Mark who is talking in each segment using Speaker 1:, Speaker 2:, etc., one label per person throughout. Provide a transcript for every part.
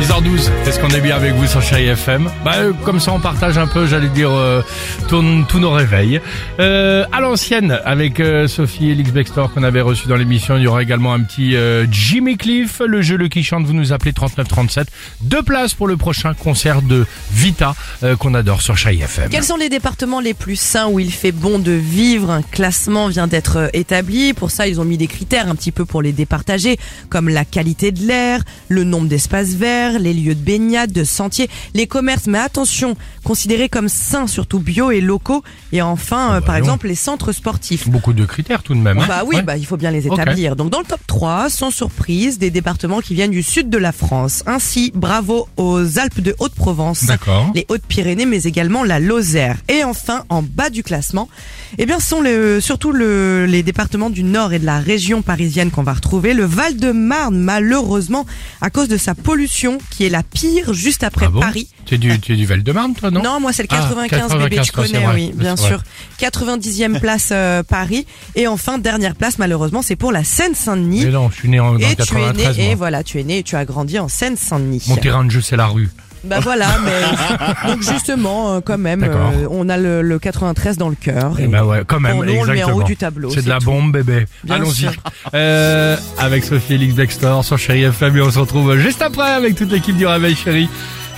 Speaker 1: h 12 qu'est-ce qu'on est bien avec vous sur Chéri FM bah, euh, Comme ça on partage un peu, j'allais dire, euh, tourne- tous nos réveils. Euh, à l'ancienne, avec euh, Sophie et l'X-Bextor qu'on avait reçu dans l'émission, il y aura également un petit euh, Jimmy Cliff, le jeu Le Qui Chante, vous nous appelez 3937. Deux places pour le prochain concert de Vita euh, qu'on adore sur Chéri FM.
Speaker 2: Quels sont les départements les plus sains où il fait bon de vivre Un classement vient d'être euh, établi. Pour ça, ils ont mis des critères un petit peu pour les départager, comme la qualité de l'air, le nombre d'espaces verts, les lieux de baignade, de sentiers, les commerces. Mais attention, considérés comme sains, surtout bio et locaux. Et enfin, euh,
Speaker 1: bah
Speaker 2: par
Speaker 1: non.
Speaker 2: exemple, les centres sportifs.
Speaker 1: Beaucoup de critères tout de même. hein.
Speaker 2: Bah oui,
Speaker 1: Ouais.
Speaker 2: bah, il faut bien les
Speaker 1: Ok.
Speaker 2: établir. Donc dans le top 3, sans surprise, des départements qui viennent du sud de la France. Ainsi, bravo aux Alpes de Haute-Provence,
Speaker 1: D'accord.
Speaker 2: les Hautes-Pyrénées, mais également la Lozère. Et enfin, en bas du classement, eh bien, sont le, surtout le, les départements du nord et de la région parisienne qu'on va retrouver. Le Val-de-Marne, malheureusement, à cause de sa pollution, qui est la pire juste après
Speaker 1: Ah bon
Speaker 2: Paris.
Speaker 1: Tu es du, tu es du Val-de-Marne toi, non
Speaker 2: moi c'est le
Speaker 1: Ah,
Speaker 2: 95, bébé,
Speaker 1: 95,
Speaker 2: tu connais,
Speaker 1: c'est vrai,
Speaker 2: oui, bien
Speaker 1: c'est vrai.
Speaker 2: sûr. 90e place euh, Paris. Et enfin, dernière place, malheureusement, c'est pour la Seine-Saint-Denis.
Speaker 1: Mais non, je suis né en dans
Speaker 2: et tu
Speaker 1: le
Speaker 2: es
Speaker 1: 93.
Speaker 2: né, et
Speaker 1: moi.
Speaker 2: voilà, tu es né et tu as grandi en Seine-Saint-Denis.
Speaker 1: Mon terrain de jeu, c'est la rue.
Speaker 2: Bah voilà, mais donc justement, euh, quand même,
Speaker 1: D'accord.
Speaker 2: euh, on a le, le 93 dans le cœur.
Speaker 1: Eh ben ouais, quand même,
Speaker 2: pour nous, on le met en
Speaker 1: exactement.
Speaker 2: haut du tableau.
Speaker 1: C'est de la
Speaker 2: tout.
Speaker 1: bombe, bébé.
Speaker 2: Bien
Speaker 1: Allons-y.
Speaker 2: sûr.
Speaker 1: Euh, avec Sophie Elix Dextor sur Chéri FM et on se retrouve juste après avec toute l'équipe du Réveil Chéri.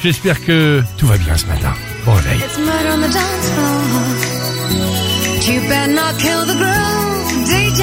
Speaker 1: J'espère que tout va bien ce matin. Bon réveil.
Speaker 3: It's murder on the dance floor. You better not kill the groove, DJ.